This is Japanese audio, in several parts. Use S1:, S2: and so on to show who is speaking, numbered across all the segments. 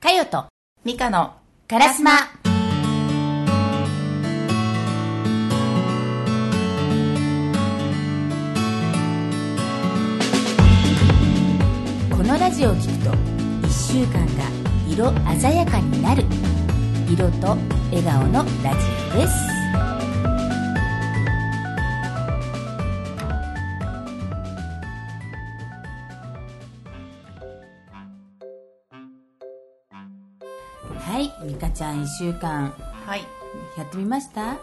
S1: かよと、
S2: ミカの
S1: カラスマ。このラジオを聞くと、1週間が色鮮やかになる。色と笑顔のラジオです。はい、ミカちゃん1週間
S2: はい
S1: やってみました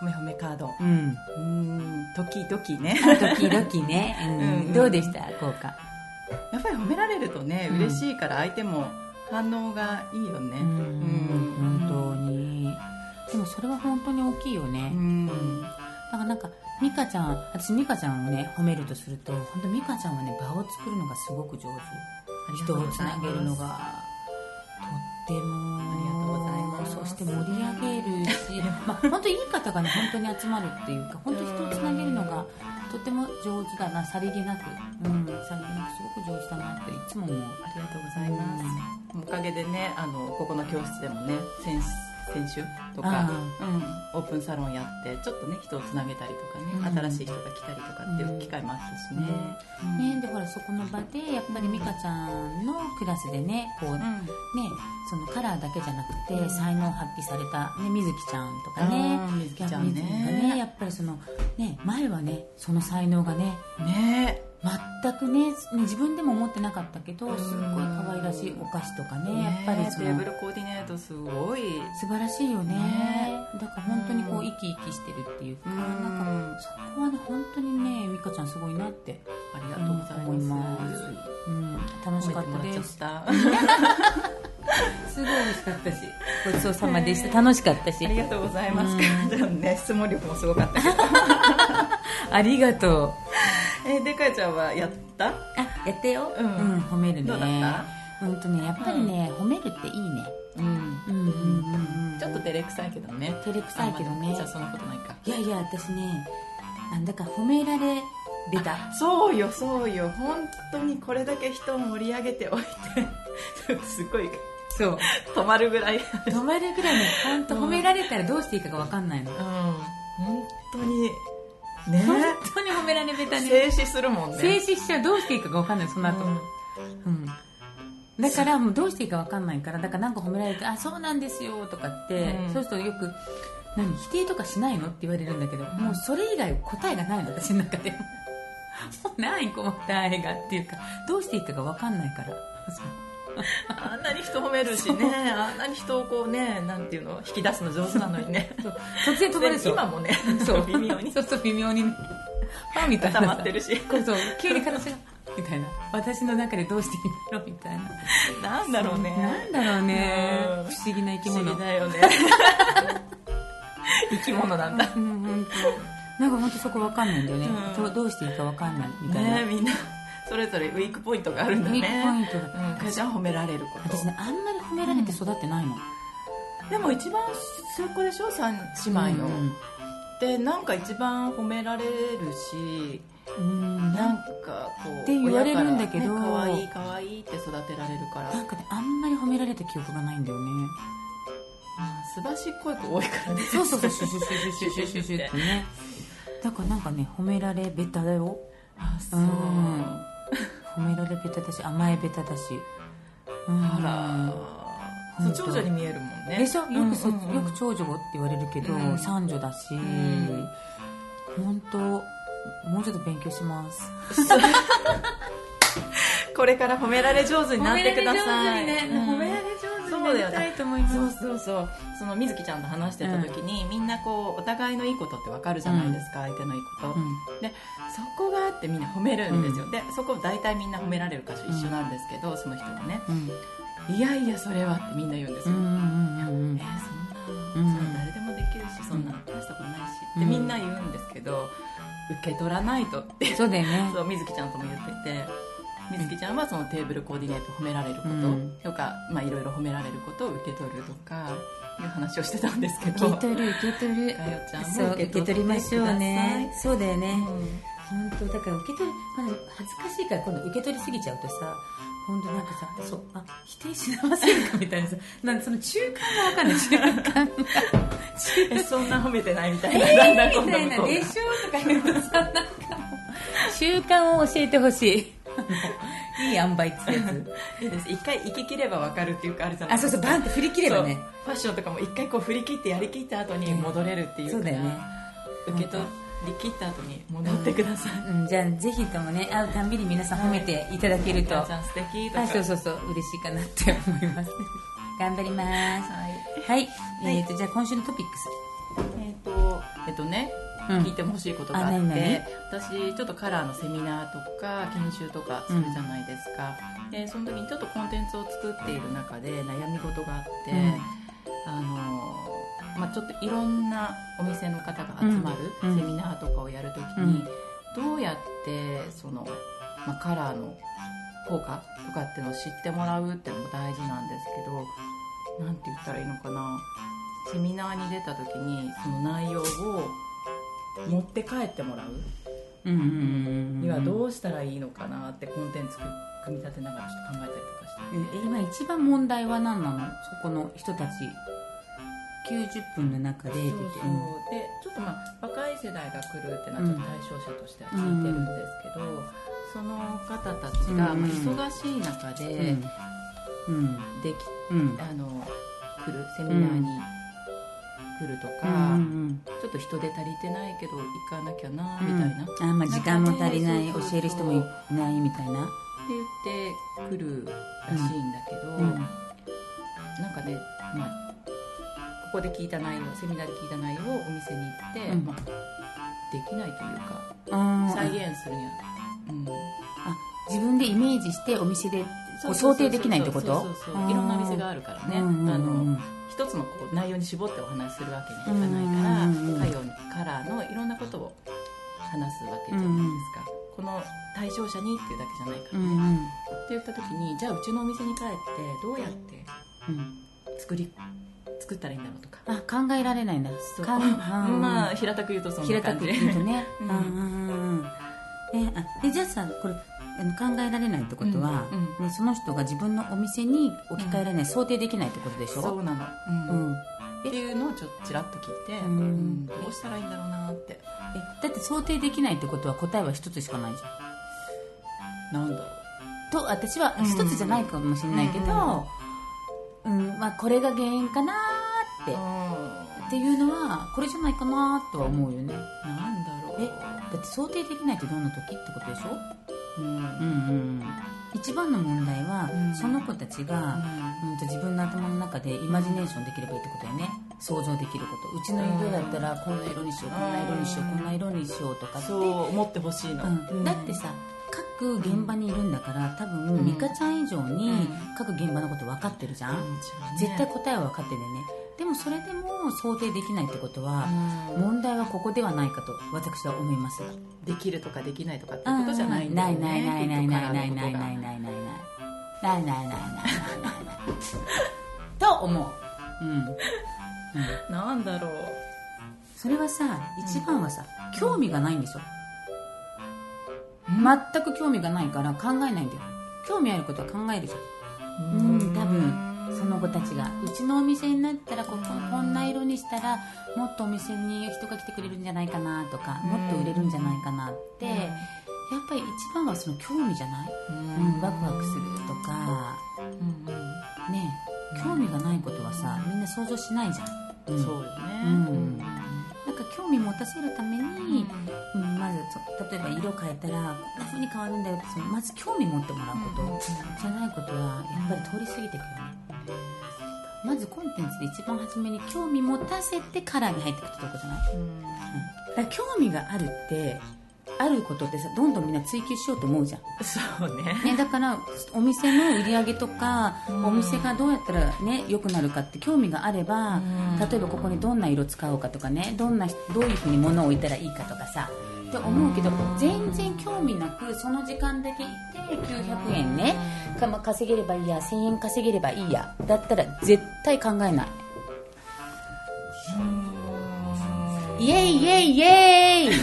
S2: ほめほめカードう
S1: うん。
S2: ーん時 々ね
S1: 時々ね。
S2: うん
S1: う、
S2: うんん
S1: どうでした効果。
S2: やっぱり褒められるとね
S1: うん
S2: 嬉しいから相手も反応がいいよね
S1: う
S2: うん
S1: ん本当にでもそれは本当に大きいよね、
S2: うん
S1: だからなんか美香ちゃん私美香ちゃんをね褒めるとすると本当美香ちゃんはね場を作るのがすごく上手人をつなげるのがとっても
S2: ありがとうございます
S1: そして盛り上げる し、まあ、本当いい方がね本当に集まるっていうか本当人をつなげるのがとても上手だなさりげなく、うん、さりげなくすごく上手だなっていつも思う
S2: ありがとうございますおかげでねあのここの教室でもね先先週とか、うん、オープンサロンやってちょっとね人をつなげたりとかね、
S1: うん
S2: 新しい人が来たりとかっていう機会もあったしね、う
S1: ね、
S2: ん
S1: でほらそこの場でやっぱり美香ちゃんのクラスでねこう、ね
S2: うん
S1: そのカラーだけじゃなく
S2: う
S1: て
S2: ん
S1: 才能発揮された、ね、水木ちゃんとかね
S2: あー水木ちゃんね
S1: いや水木がねやっぱりその、ね、前はねその才能がね
S2: ね
S1: 全くねね自分でも思ってなかったけど
S2: うん
S1: すっごい可愛らしいお菓子とか
S2: え
S1: ねやっぱりそ
S2: テー
S1: の
S2: ブルコーディネートすごい
S1: 素晴らしいよね
S2: ね
S1: だから本当にこ
S2: う
S1: うん生き生きしてるっていうか、
S2: うん
S1: なんかそこはね本当にね美香ちゃんすごいなって、
S2: ありがとうございます,、
S1: 思いますうん、楽しかったです
S2: た
S1: すごい美味しかったしごちそうさまでした楽しかったし
S2: ありがとうございます
S1: うん
S2: かよちゃん ね質問力もすごかったけど
S1: ありがと
S2: えでかよちゃんはやった
S1: うあやってよう、
S2: うんん
S1: 褒めるね
S2: どうだった
S1: うんとねやっぱりね、褒めるっていいね
S2: うん
S1: うんうんうんうん
S2: ちょっと照れくさいけどね
S1: 照れくさいけど
S2: あま
S1: ね
S2: あじゃあそんなことないか
S1: いやいや私ねあだから褒められ出た
S2: そうよそうよ本当にこれだけ人を盛り上げて おいてすごい
S1: そう
S2: 止まるぐらいうん
S1: 止まるぐらいね本当
S2: うん
S1: 褒められたらどうしていいかが分かんないの本
S2: 本当にね
S1: 当に褒められ出たね
S2: 静止するもんね
S1: 静止しちゃうどうしていいかが分かんないその後、
S2: うん
S1: うん、だからもうどうしていいか分かんないからだからなんか褒められて「あそうなんですよ」とかって、
S2: うん
S1: そうするとよく「何否定とかしないの?」って言われるんだけど、もうそれ以外答えがないの私の中でもうない答えがっていうかどうしていいかが分かんないからそう
S2: あんなに人褒めるしねあんなに人をこうねなんていうの引き出すの上手なのに ね
S1: 突然止まるでしょ
S2: 今もね
S1: そう
S2: 微妙に
S1: そうそう微妙にねパンみたいな
S2: 固まってるし
S1: こうそう急に形がみたいな私の中でどうしていいんだろうみたいな
S2: なんだろう
S1: な
S2: ね
S1: んだろうね
S2: うん
S1: 不思議な生き
S2: 不思
S1: 物
S2: 議だよね 生き物なんだ
S1: うん本当。なんか本当そこわかんないんだよね
S2: うん。
S1: どうどうしていいかわかんないみたいな。
S2: ねみんなそれぞれウィークポイントがあるんだ
S1: ウィー
S2: ね
S1: クポイント
S2: うん
S1: が。
S2: かよちゃんは褒められること
S1: 私ねあんまり褒められて育ってないの。
S2: でも一番末っ子でしょ三姉妹の、
S1: うん
S2: でなんか一番褒められるし
S1: うん。
S2: な
S1: なんん
S2: かこう
S1: って言われるんだけど
S2: 親からね可愛、い可愛いって育てられるから
S1: なんかねあんまり褒められた記憶がないんだよね。
S2: すばしっこい子多いからね
S1: そうそうそうシュシュシュシュシュシュシュってね。だからなんかね褒められベタだよ。
S2: あそう、
S1: うん褒められベタだし甘えベタだし。うん
S2: あら、
S1: うん
S2: そう長女に見えるもんね
S1: でしょよくそ、
S2: うんうんうん
S1: よく長女って言われるけど、
S2: うん
S1: 三女だし、
S2: ん
S1: 本当もうちょっと勉強します
S2: これから褒められ上手になってくださいうん
S1: 上
S2: になりたい
S1: と思
S2: そうそうそうその水木ちゃんと話してた時に、みんなこうお互いのいいことってわかるじゃないですか、相手のいいこと、でそこがあってみんな褒めるんですよ、でそこ大体みんな褒められる箇所一緒なんですけど、その人がね
S1: うん
S2: 「いやいやそれは」ってみんな言うんです
S1: う
S2: よ、
S1: んうんうんうんうん
S2: えーそんな、
S1: うん
S2: そんな誰でもできるしそんな大したことないし、
S1: うん
S2: ってみんな言うんですけど受け取らないとって
S1: そうだよね
S2: そう水木ちゃんとも言ってて水木ちゃんはそのテーブルコーディネート褒められること、
S1: うん
S2: とか、まあ、いろいろ褒められることを受け取るとかいう話をしてたんですけど
S1: 受け取る受け取る
S2: かよちゃん
S1: そう
S2: も
S1: 受
S2: 受
S1: け
S2: け
S1: 取
S2: 取
S1: り
S2: り
S1: ま
S2: ま
S1: し
S2: し
S1: ょ
S2: ょ
S1: う
S2: う
S1: ね
S2: ね
S1: そうだよね、本当だから受け取り、まだ恥ずかしいから今度受け取りすぎちゃうとさ本当なんかさそうあ否定しなませんかみたいなさなんかその中間がわかんない中間が
S2: えそんな褒めてないみたいな、だんだん
S1: えー
S2: 今
S1: み
S2: 度
S1: たいな
S2: 向こうが
S1: でしょとか言うとさなんかもう習慣を教えてほしいいい塩梅つけず
S2: いいです一回行き切れば分かるっていうかあるじゃな
S1: あ
S2: いで
S1: そう
S2: すか
S1: そうバンって振り切ればね
S2: そうファッションとかも一回こう振り切ってやりきった後に戻れるっていうか
S1: そうだよね
S2: 受け取り切った後に戻ってください、
S1: うん、じゃあぜひともね会うたんびに皆さん褒めていただけると、
S2: あーちゃん素敵とか
S1: はい、そうそうそう嬉しいかなって思い ます頑張ります
S2: はい
S1: はい、
S2: はい
S1: えっ、とじゃあ今週のトピックス
S2: えっ、とえっ、とね
S1: うん
S2: 聞いてほしいことがあって、
S1: あ何々
S2: 私ちょっとカラーのセミナーとか研修とかするじゃないですか、でその時にちょっとコンテンツを作っている中で悩み事があって、
S1: うん
S2: あのまあ、ちょっといろんなお店の方が集まる
S1: う
S2: セ
S1: ん
S2: ミナーとかをやるときに、どうやってその、まあ、カラーの効果とかっていうのを知ってもらうっていうのも大事なんですけどなんて言ったらいいのかなセミナーに出た時にその内容を持って帰ってもらう
S1: うんうん
S2: には
S1: う
S2: どうしたらいいのかなってコンテンツ組み立てながらちょっと考えたりとかして
S1: んえ今一番問題は何なのそこの人たち90分の中で
S2: そうそうでちょっとまあ若い世代が来るってのはちょっと対象者としては聞いてるんですけど、その方たちが、
S1: うん
S2: まあ、忙しい中ででき、
S1: うんうん
S2: あの来るセミナーに来るとか、
S1: うん
S2: ちょっと人手足りてないけど行かなきゃな
S1: うん
S2: みたいな、って
S1: あまあ時間も足りない
S2: なんかね
S1: 教える人もいないみたいな
S2: 言って来るらしいんだけど、
S1: うん
S2: なんかね、まあ、ここで聞いた内容セミナーで聞いた内容をお店に行って、
S1: うん
S2: まあ、できないというか
S1: あー
S2: 再現するには、うん、
S1: あ自分でイメージしてお店でこう
S2: そうそうそうそう
S1: 想定できないってこ
S2: そ
S1: と
S2: うそうそういろんなお店があるからね、あの一つのこう内容に絞ってお話しするわけにはいかないから、
S1: うんうんうん
S2: カヨカラーのいろんなことを話すわけじゃないですか、この対象者にっていうだけじゃないから、って言った時にじゃあうちのお店に帰ってどうやって作り作ったらいいんだろうとか
S1: あ考えられないんだ
S2: そう
S1: かんうん
S2: まあ平たく言うとそん
S1: 平
S2: な
S1: た
S2: 感
S1: く
S2: じ
S1: 言うとね
S2: うん
S1: うんうんうんうんえあえじゃあさこれあの考えられないってことは、
S2: うんう
S1: ね、その人が自分のお店に置き換えられない、想定できないってことでしょ
S2: そうなの、
S1: う
S2: うん
S1: ん、
S2: っていうのをちょっとちらっと聞いて、
S1: うん
S2: うんどうしたらいいんだろうなって
S1: えだって想定できないってことは答えは一つしかないじゃん
S2: なんだろう
S1: と私は一つじゃないかもしれないけど、うんまあ、これが原因かなーって、っていうのはこれじゃないかなとは思うよね
S2: なんだろう
S1: えだって想定できないってどんな時ってことでしょ
S2: うんうん
S1: うんうん一番の問題は、
S2: うん
S1: その子たちが、うん、と自分の頭の中でイマジネーションできればいいってことだよね想像できることうちの色だったらこんな色にしようこんな色にしようこんな色にしようとかって
S2: そう思ってほしいの、
S1: うん、だってさ各現場にいるんだから多
S2: うん
S1: 分美香ちゃん以上に
S2: うん
S1: 各現場のこと分かってるじゃん、
S2: もちろんね
S1: 絶対答えは分かってるよねでもそれでも想定できないってことは、
S2: も
S1: 問題はここではないかと私は思います
S2: うできるとかできないとかってことじゃないんだ
S1: な
S2: よ
S1: い
S2: ね
S1: ないないないないないないないないないないないないないないない
S2: い
S1: ないないと思う、うん、
S2: なんだろう
S1: それはさ一番はさ、興味がないんでしょ全く興味がないから考えないんだよ興味あることは考えるじゃんうん多分その子たちがうちのお店になったらこここんな色にしたらもっとお店に人が来てくれるんじゃないかなとか
S2: うん
S1: もっと売れるんじゃないかなってやっぱり一番はその興味じゃない、うん、ワクワクするとか
S2: うん
S1: ね興味がないことはさみんな想像しないじゃん、
S2: うん
S1: うん
S2: そうよね
S1: うん
S2: うん
S1: なんか興味持たせるために、うんまずそ例えば色変えたらこんな風に変わるんだよってそのまず興味持ってもらうこと、じゃないことはやっぱり通り過ぎていくよねまずコンテンツで一番初めに興味持たせてカラーに入っていくってことじゃない、
S2: うん
S1: だから興味があるってあることってさどんどんみんな追求しようと思うじゃん、
S2: そうね
S1: ね、だからお店の売り上げとか、
S2: うん
S1: お店がどうやったらね良くなるかって興味があれば、
S2: うん
S1: 例えばここにどんな色使おうかとかねどんなどういうふうに物を置いたらいいかとかさって思うけど全然興味なくその時間だけ行って900円ねか、まあ、稼げればいいや1000円稼げればいいやだったら絶対考えないイエイイエイイエイ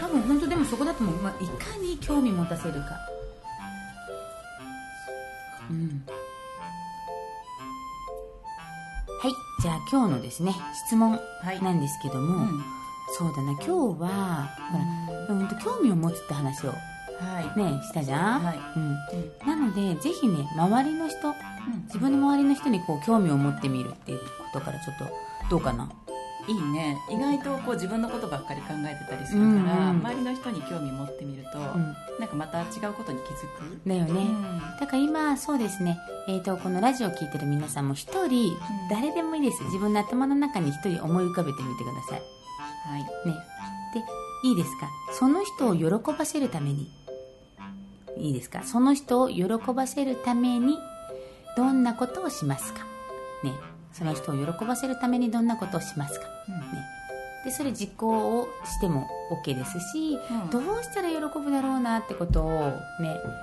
S1: 多も本当でもそこだと思う、まあ、いかに興味持たせるかうんはいじゃあ今日のですね質問
S2: はい
S1: なんですけども、
S2: うん
S1: そうだな今日はほら、うん、と興味を持つって話を
S2: はい、
S1: ねしたじゃん、
S2: はい
S1: うん、
S2: うん
S1: なのでぜひね周りの人自分の周りの人にこう興味を持ってみるっていうことからちょっとどうかない
S2: いね意外とこう自分のことばっかり考えてたりするから、
S1: うんうん
S2: 周りの人に興味持ってみると、
S1: うん
S2: なんかまた違うことに気づく、
S1: だよね、
S2: うん
S1: だから今そうですね、えー、とこのラジオを聞いてる皆さんも一人、誰でもいいです自分の頭の中に一人思い浮かべてみてください
S2: はい
S1: ねでいいですかその人を喜ばせるためにいいですかその人を喜ばせるためにどんなことをしますかねその人を喜ばせるためにどんなことをしますか、
S2: うん
S1: ね、でそれ実行をしても OK ですし、
S2: うん
S1: どうしたら喜ぶだろうなってことをね、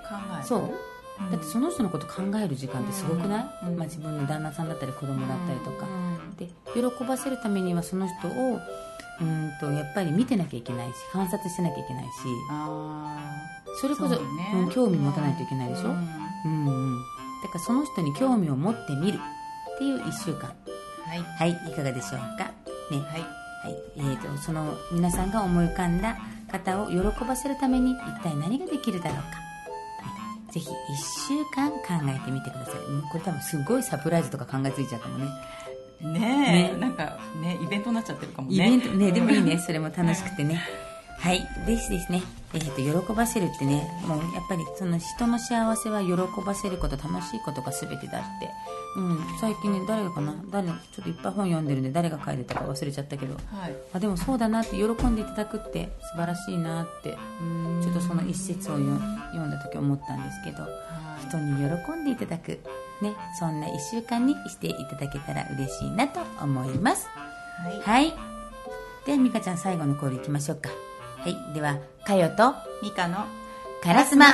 S2: 考える
S1: そう
S2: うん
S1: だってその人のこと考える時間ってすごくない、
S2: うん
S1: まあ、自分の旦那さんだったり子供だったりとか、
S2: うん
S1: で喜ばせるためにはその人をうーんとやっぱり見てなきゃいけないし観察してなきゃいけないし
S2: あ
S1: それこそ
S2: そうだね
S1: うん興味持たないといけないでしょ、
S2: ー、う
S1: うんんうんだからその人に興味を持ってみるっていう1週間
S2: はい
S1: はいいかがでしょうかね
S2: はい
S1: はいえー、とその皆さんが思い浮かんだ方を喜ばせるために一体何ができるだろうかねぜひ1週間考えてみてくださいもうこれ多分すごいサプライズとか考えついちゃうかもね
S2: ねえ
S1: ね
S2: なんかねイベントになっちゃってるかもね
S1: イベントねでもいいねそれも楽しくてねはいぜひですね、えー、と喜ばせるってねもうやっぱりその人の幸せは喜ばせること楽しいことが全てだって、うん、最近ね誰がかな誰のちょっといっぱい本読んでるんで誰が書いてたか忘れちゃったけど
S2: はい
S1: あでもそうだなって喜んでいただくって素晴らしいなってちょっとその一節を読読んだ時思ったんですけど
S2: はい
S1: 人に喜んでいただくねそんな1週間にしていただけたら嬉しいなと思います
S2: はい
S1: はいでは美香ちゃん最後のコールいきましょうかはいではかよと
S2: ミカの
S1: カラスマ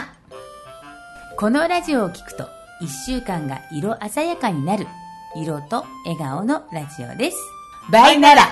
S1: このラジオを聞くと1週間が色鮮やかになる色と笑顔のラジオですバイなら